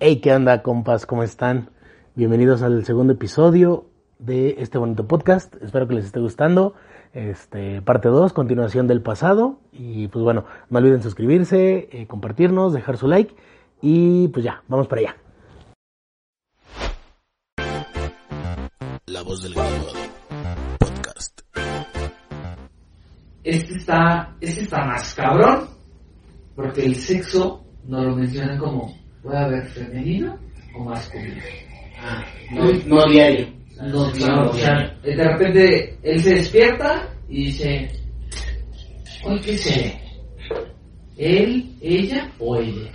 Hey, ¿qué onda, compas? ¿Cómo están? Bienvenidos al segundo episodio de este bonito podcast. Espero que les esté gustando. Este, parte 2, continuación del pasado. Y pues bueno, no olviden suscribirse, eh, compartirnos, dejar su like. Y pues ya, vamos para allá. La voz del grabado. Podcast. Este está, este está más cabrón, porque el sexo no lo mencionan como puede haber femenino o masculino. No, no diario. No, claro, o sea, de repente él se despierta y dice, hoy qué seré, él, ella o ella.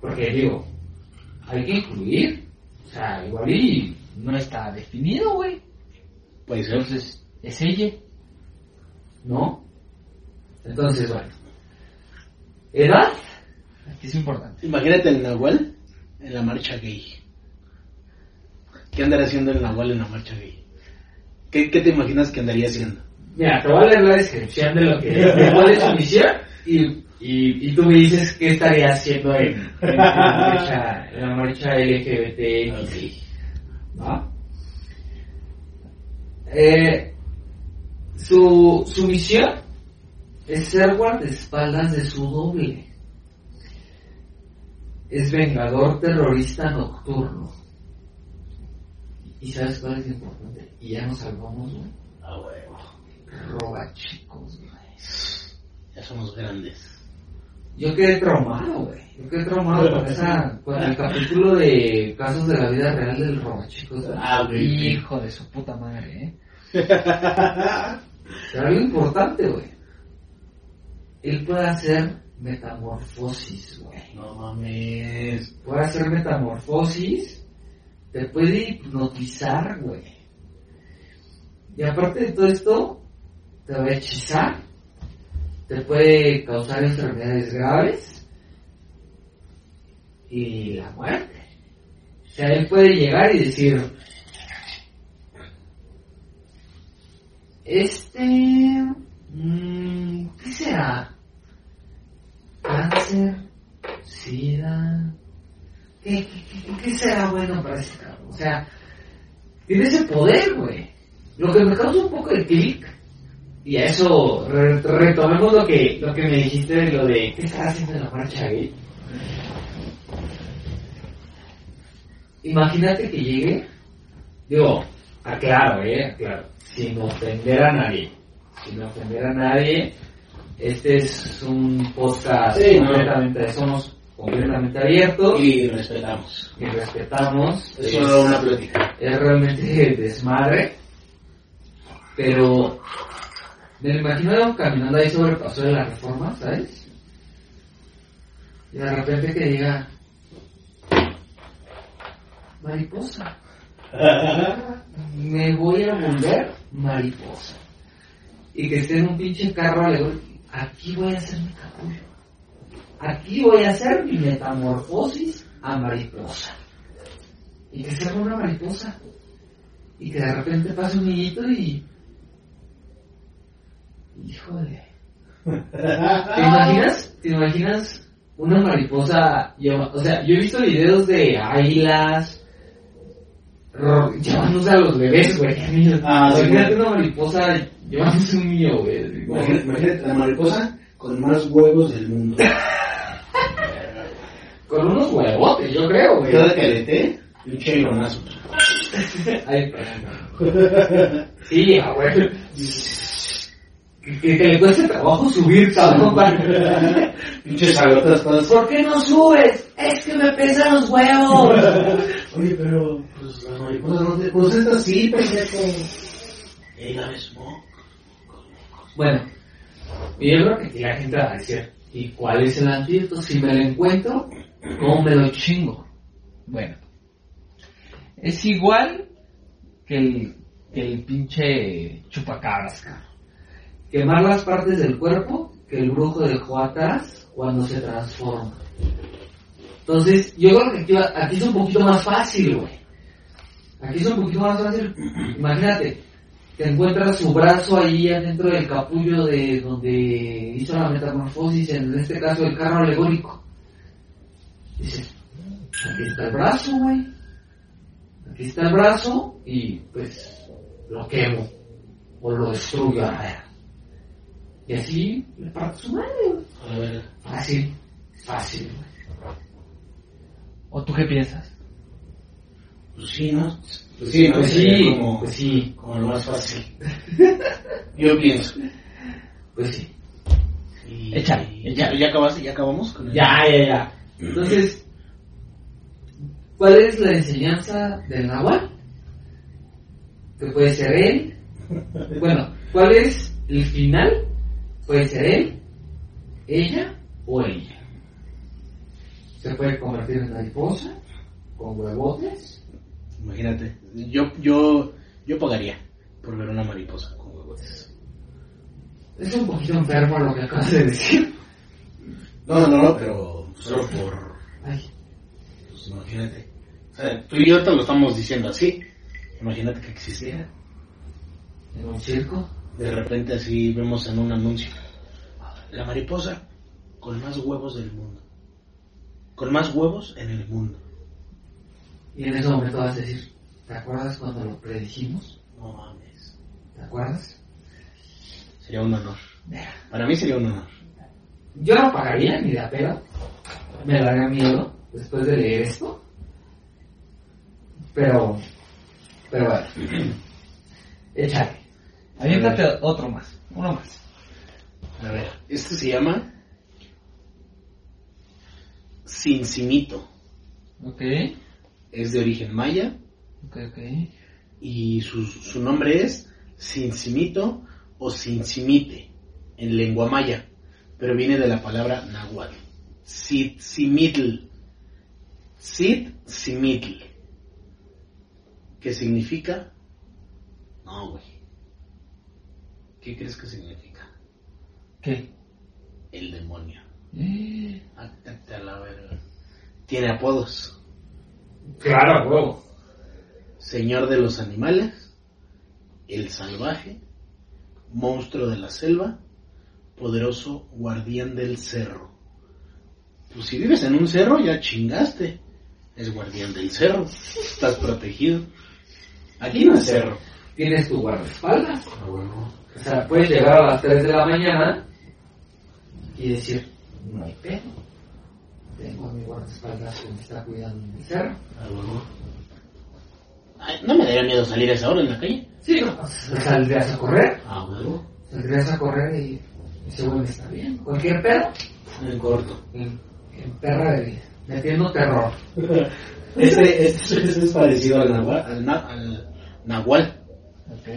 Porque digo, hay que incluir, o sea, igual y no está definido, güey. Pues Entonces, es ella. ¿No? Entonces, bueno. Edad, aquí es importante. Imagínate el Nahual en la marcha gay. ¿Qué andará haciendo el Nahual en la marcha gay? ¿Qué, qué te imaginas que andaría haciendo? Mira, te voy a leer la descripción de lo que es, de cuál es su misión y, y, y tú me dices qué estaría haciendo en, en- en la, marcha, en la marcha LGBT. ¿no? Eh, su, su misión es ser guardaespaldas de su doble. Es vengador terrorista nocturno. ¿Y sabes cuál es lo importante? Y ya nos salvamos, güey. Ah, huevo. Roba chicos, güey. Ya somos grandes. Yo quedé traumado, güey. Yo quedé traumado con esa, con el capítulo de casos de la vida real del roba chicos. güey. Ah, güey. Hijo de su puta madre, eh. Pero algo importante, güey. Él puede hacer metamorfosis, güey. No mames. Puede hacer metamorfosis. Te puede hipnotizar, güey. Y aparte de todo esto, te va a hechizar. Te puede causar enfermedades graves. Y la muerte. O sea, él puede llegar y decir... Este... mm, ¿Qué será? Cáncer, sida, ¿Qué, qué, qué- qué será bueno para este cabrón? O sea, tiene ese poder, güey. Lo que me causa un poco el clic, y a eso re- retomemos lo que, lo que me dijiste de lo de qué estás haciendo en la marcha, güey. Imagínate que llegue, digo, aclaro, eh, aclaro, sin ofender a nadie, sin ofender a nadie, este es un podcast Sí, ¿no? completamente, somos completamente abiertos Y respetamos. que respetamos, Es es, solo una plática. es realmente desmadre, pero me lo imagino caminando ahí sobre el paso de la reforma, ¿sabes? Y de repente que diga, mariposa, me voy a volver mariposa. Y que esté en un pinche carro alegórico, aquí voy a hacer mi capullo, aquí voy a hacer mi metamorfosis a mariposa y que se haga una mariposa y que de repente pase un niñito y híjole ¿te imaginas? ¿te imaginas una mariposa llama- o sea yo he visto videos de águilas ro- llevándose a los bebés güey a niños. Ah, sí, imagínate güey. una mariposa llevándose un niño güey así como- Imagínate, imagínate la mariposa con más huevos del mundo. con unos huevotes yo creo güey Cada carete y un cheironazo. Ay, perdón. Sí, a huevo. Que, que- que le cueste trabajo subir, cabrón. pa- Pinches salotas todas. ¿Por qué no subes? Es que me pesan los huevos. Oye, pero pues las mariposas no te. Pues esta sí, pendejo. Ey, la ves, ¿no? Bueno, y yo creo que aquí la gente va a decir, ¿y cuál es el antídoto? Si me lo encuentro, ¿cómo me lo chingo? Bueno, es igual que el, que el pinche chupacabras, cabrón. Quemar las partes del cuerpo que el brujo dejó atrás cuando se transforma. Entonces, yo creo que aquí, va- aquí es un poquito más fácil, güey. Aquí es un poquito más fácil. Imagínate, te encuentras su brazo ahí adentro del capullo de donde hizo la metamorfosis, en este caso el carro alegórico. Dices, aquí está el brazo, güey. Aquí está el brazo y pues lo quemo o lo destruyo a la verga. Y así le parto su madre, güey. A la verga. Fácil, fácil, güey. ¿O tú qué piensas? Pues sí, ¿no? Pues Sí, ¿no? pues Sería sí, Como, pues sí, como lo más fácil. Yo pienso. pues sí. Y, Échale, y- échale. ¿Ya acabaste? ¿Ya acabamos con el- Ya, ya, ya. Entonces, ¿cuál es la enseñanza del Nahual? Que puede ser él. Bueno, ¿cuál es el final? Puede ser él, ella o ella. Se puede convertir en mariposa, con huevotes. Imagínate. Yo, yo, yo pagaría por ver una mariposa con huevotes. Es un poquito enfermo lo que acabas de decir. No, no, no, pero solo por. Ay, Pues imagínate. O sea, tú y yo te lo estamos diciendo así. Imagínate que existiera. en un circo. De repente así vemos en un anuncio. La mariposa con más huevos del mundo. Con más huevos en el mundo. Y en ese momento vas a decir, ¿te acuerdas cuando lo predijimos? No mames. ¿Te acuerdas? Sería un honor. Para mí sería un honor. Yo no pagaría ni la pena. Me daría miedo después de leer esto. Pero, pero bueno. Échale. Aviéntate otro más. Uno más. A ver, este se llama Cincimito. Ok, Es de origen maya ok, ok. y su, su nombre es Cincimito o Cincimite en lengua maya, pero viene de la palabra náhuatl. Sitzimitl. Sitzimitl. ¿Qué significa? No, güey. ¿Qué crees que significa? ¿Qué? El demonio. Eh, Atente a la verga. Tiene apodos. Claro, huevo. Señor de los animales, el salvaje, monstruo de la selva, poderoso guardián del cerro. Pues si vives en un cerro ya chingaste. Es guardián del cerro. Estás protegido. Aquí no es cerro. Tienes tu guardaespaldas. O sea, puedes llegar a las 3 de la mañana y decir, no hay pedo. Tengo a mi guardaespaldas que me está cuidando mi cerro. Ay, no me daría miedo salir a esa hora en la calle. Sí, no, saldrías a correr, Ah, huevo. saldrías a correr y, y seguro que está bien. Cualquier perro, En corto. en, en perra de vida, metiendo terror. Este, este- este es parecido al nahua- al na- al nahual. Ok.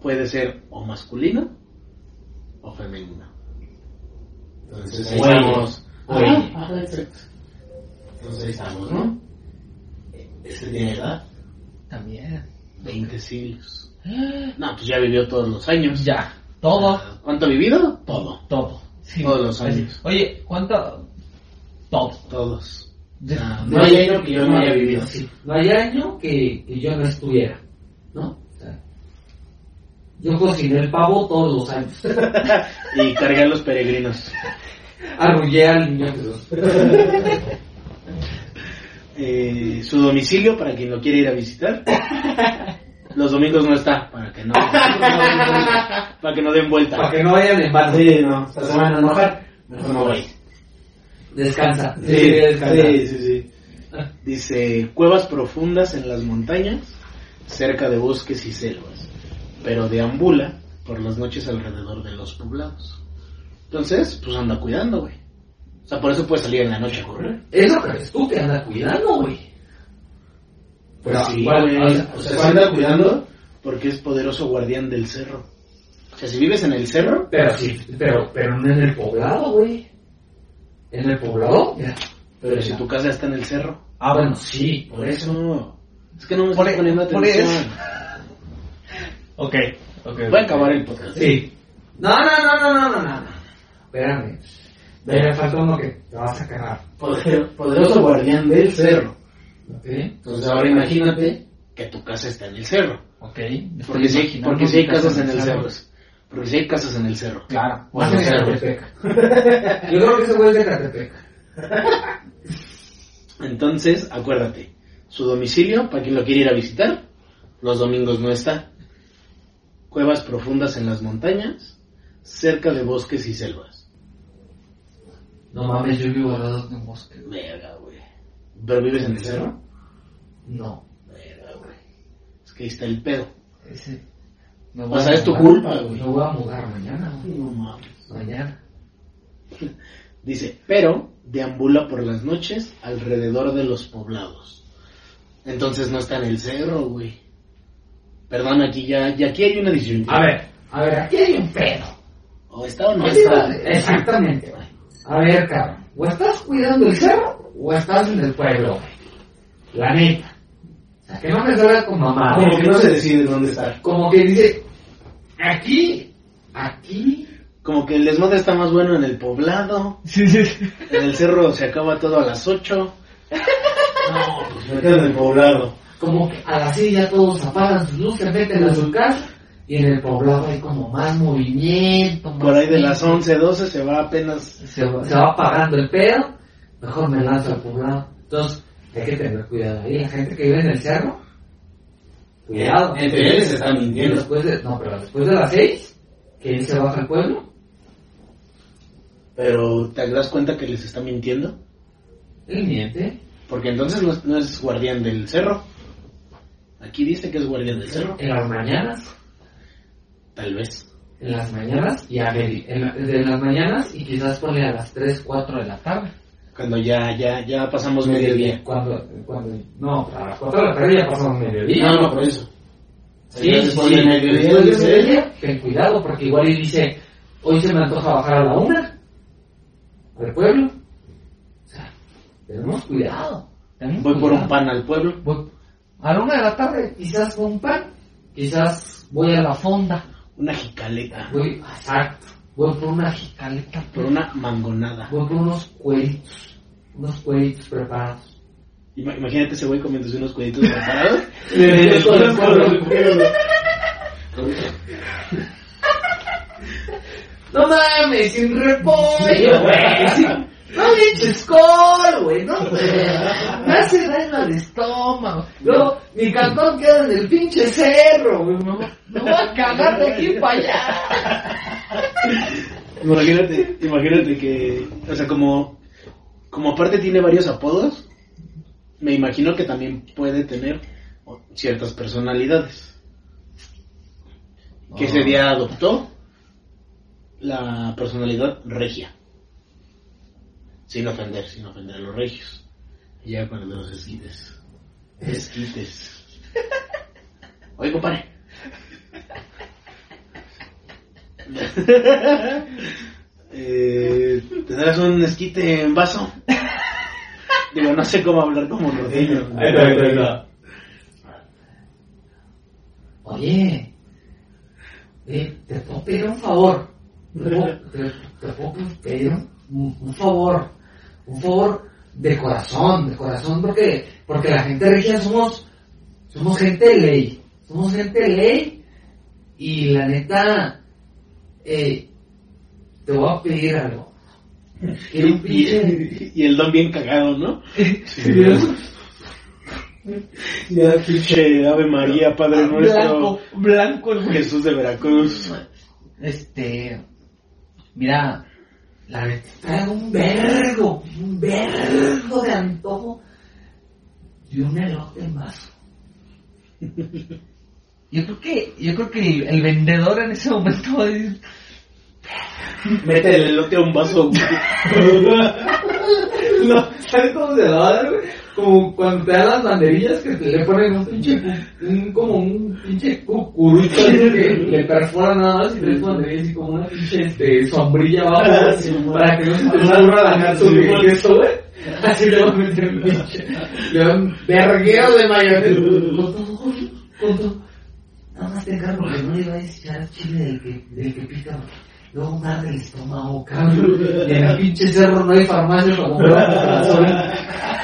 puede ser o masculino o femenino. Entonces ahí O ambos. estamos. Ajá, Oye, Ah. ajá, exacto. entonces ahí estamos, ¿no? Este tiene edad. También. 20 siglos. No, pues ya vivió todos los años. Ya, todo, ¿Cuánto ha vivido? Todo. todo. Sí. Todos los años. Oye, ¿cuánto? Todo. Todos. De- Ah, no hay año que yo no haya vivido. Sí, no hay año que, que yo no estuviera, ¿no? O sea, yo cociné el pavo todos los años. Y cargué a los peregrinos. Arrullé al niño Jesús. Eh, su domicilio, para quien lo quiere ir a visitar. Los domingos no está, para que no, para que no Para den vuelta. que no vayan en vano. Sí, no. Esta se van a enojar. Mejor no voy. Descansa. sí, sí, sí. Dice, cuevas profundas en las montañas, cerca de bosques y selvas, pero deambula por las noches alrededor de los poblados. Entonces, pues anda cuidando, güey. O sea, por eso puede salir en la noche a correr. Es lo que ves tú que anda cuidando, güey. Pues Pero sí, igual, güey. o sea, O o sea, sea, se anda cuidando. Porque es poderoso guardián del cerro. O sea, si vives en el cerro, Pero sí, pero, pero no en el poblado, güey. En el poblado, mira. pero si tu casa está en el cerro. Ah, bueno, sí. Por eso. Es que no me Por estoy e- poniendo por atención. Ok, ok. Voy a acabar el podcast. Sí. No, no, no, no, no, no, no. no. Espérame. Todavía falta uno que te vas a cagar. Poder- poderoso guardián del cerro. Ok, Entonces ahora imagínate que tu casa está en el cerro. ok. Porque si, hay- porque si hay casas en el cerro. Porque si hay casas en el cerro. Claro, Bueno, más en cerro. Catepec. Yo creo que ese güey es de Catepec. Entonces, acuérdate, su domicilio, para quien lo quiere ir a visitar, los domingos no está. Cuevas profundas en las montañas, cerca de bosques y selvas. No mames, yo vivo al lado de un bosque. Verga, güey. ¿Pero vives en el cerro? No. Verga, güey. Es que ahí está el pedo. Ese. Me O a sea, es tu mudar. culpa, güey. Me voy a mudar mañana, güey. No mames. Mañana. Dice, pero deambula por las noches alrededor de los poblados. Entonces no está en el cerro, güey. Perdón, aquí ya, ya aquí hay una disyuntiva. A ver, a ver, aquí hay un pedo. O está o no Aquí está. va- Exactamente, güey. A ver, cabrón. O estás cuidando el cerro o estás en el pueblo, güey. La neta. O sea, que no me salga con mamá. Ah, Como que no se decide dónde estar. Como que dice, aquí, aquí. Como que el desmadre está más bueno en el poblado. Sí, sí. En el cerro se acaba todo a las 8. No, pues me quedo en el poblado. Como que a las seis ya todos apagan sus luces, meten a su casa. Y en el poblado hay como más movimiento. más Por ahí de gente. las 11, 12 se va apenas. se, va- se va apagando el pedo, mejor me lanzo al poblado. Entonces, hay que tener cuidado ahí. La gente que vive en el cerro, cuidado. Entre ellos se están Y mintiendo. después de, no, pero después de las seis, que él se baja al pueblo, Pero te das cuenta que les está mintiendo. él miente. Porque entonces no es, no es guardián del cerro. Aquí dice que es guardián del cerro. En las mañanas, Tal vez. en las mañanas y a medi- en, la- desde las mañanas y quizás ponle a las 3, 4 de la tarde. Cuando ya, ya, ya pasamos Pues mediodía. Cuando, cuando, no, a las 4 de la tarde ya pasamos mediodía. No, no, por eso. Ah, pues. Sí, Ya sí, después de sí. mediodía, Después de dice. mediodía, ten cuidado, porque igual y dice, hoy se me antoja bajar a la una al pueblo. O sea, tenemos cuidado. tenemos Voy por cuidado. un pan al pueblo. Voy- a la una de la tarde, quizás voy a un pan, quizás voy a la fonda, Una jicaleta. voy, exacto, voy por una jicaleta, Por una mangonada. voy por unos cueritos, unos cueritos preparados. Ima- Imagínate ese güey comiéndose unos cueritos preparados. Con el No mames, sin repollo, güey. sin- No le eches col, güey, no, güey. Me hace daño al estómago. Luego, mi cantón queda en el pinche cerro, güey. Me va- me voy a cagar de aquí para allá. Imagínate, imagínate que, o sea, como, como aparte tiene varios apodos, me imagino que también puede tener o- ciertas personalidades. Que ese día adoptó la personalidad regia. Sin ofender, sin ofender a los regios. Y ya con el de los esquites. Esquites. Oye, compadre. Eh, ¿Tendrás un esquite en vaso? Digo, no sé cómo hablar como norteño. Oye, eh, te puedo pedir un favor. Te puedo, te- te puedo pedir un, un favor. Un favor de corazón, de corazón, porque, porque la gente regia somos, somos gente de ley. Somos gente de ley. Y la neta, eh, te voy a pedir algo. Quiero un pinche. Y, y el don bien cagado, ¿no? Ya, pinche Ave María, Padre Nuestro, Blanco, blanco el güey. Jesús de Veracruz. Este. Mira, la neta traigo un vergo, un vergo de antojo y un elote más. Yo creo que, yo creo que el, el vendedor en ese momento va a decir, Mete el elote a un vaso. no, ¿sabes cómo se va a dar, güey? Como cuando te dan las banderillas que te le ponen un pinche, cu- un, como un pinche cucurucho así que le perforan nada más y tres banderillas y como una pinche este, sombrilla abajo Ah, Sí, güey, para que no se te salga la cara Sí, de güey. queso, güey. Así le van a meter un pinche, le van verguero de mayonesa. Con todo, güey, con todo. Nada más tenga porque no le va a echar chile del que, del que pica, güey. Luego un del estómago, cabrón. Y en el pinche cerro no hay farmacia para comprar un corazón.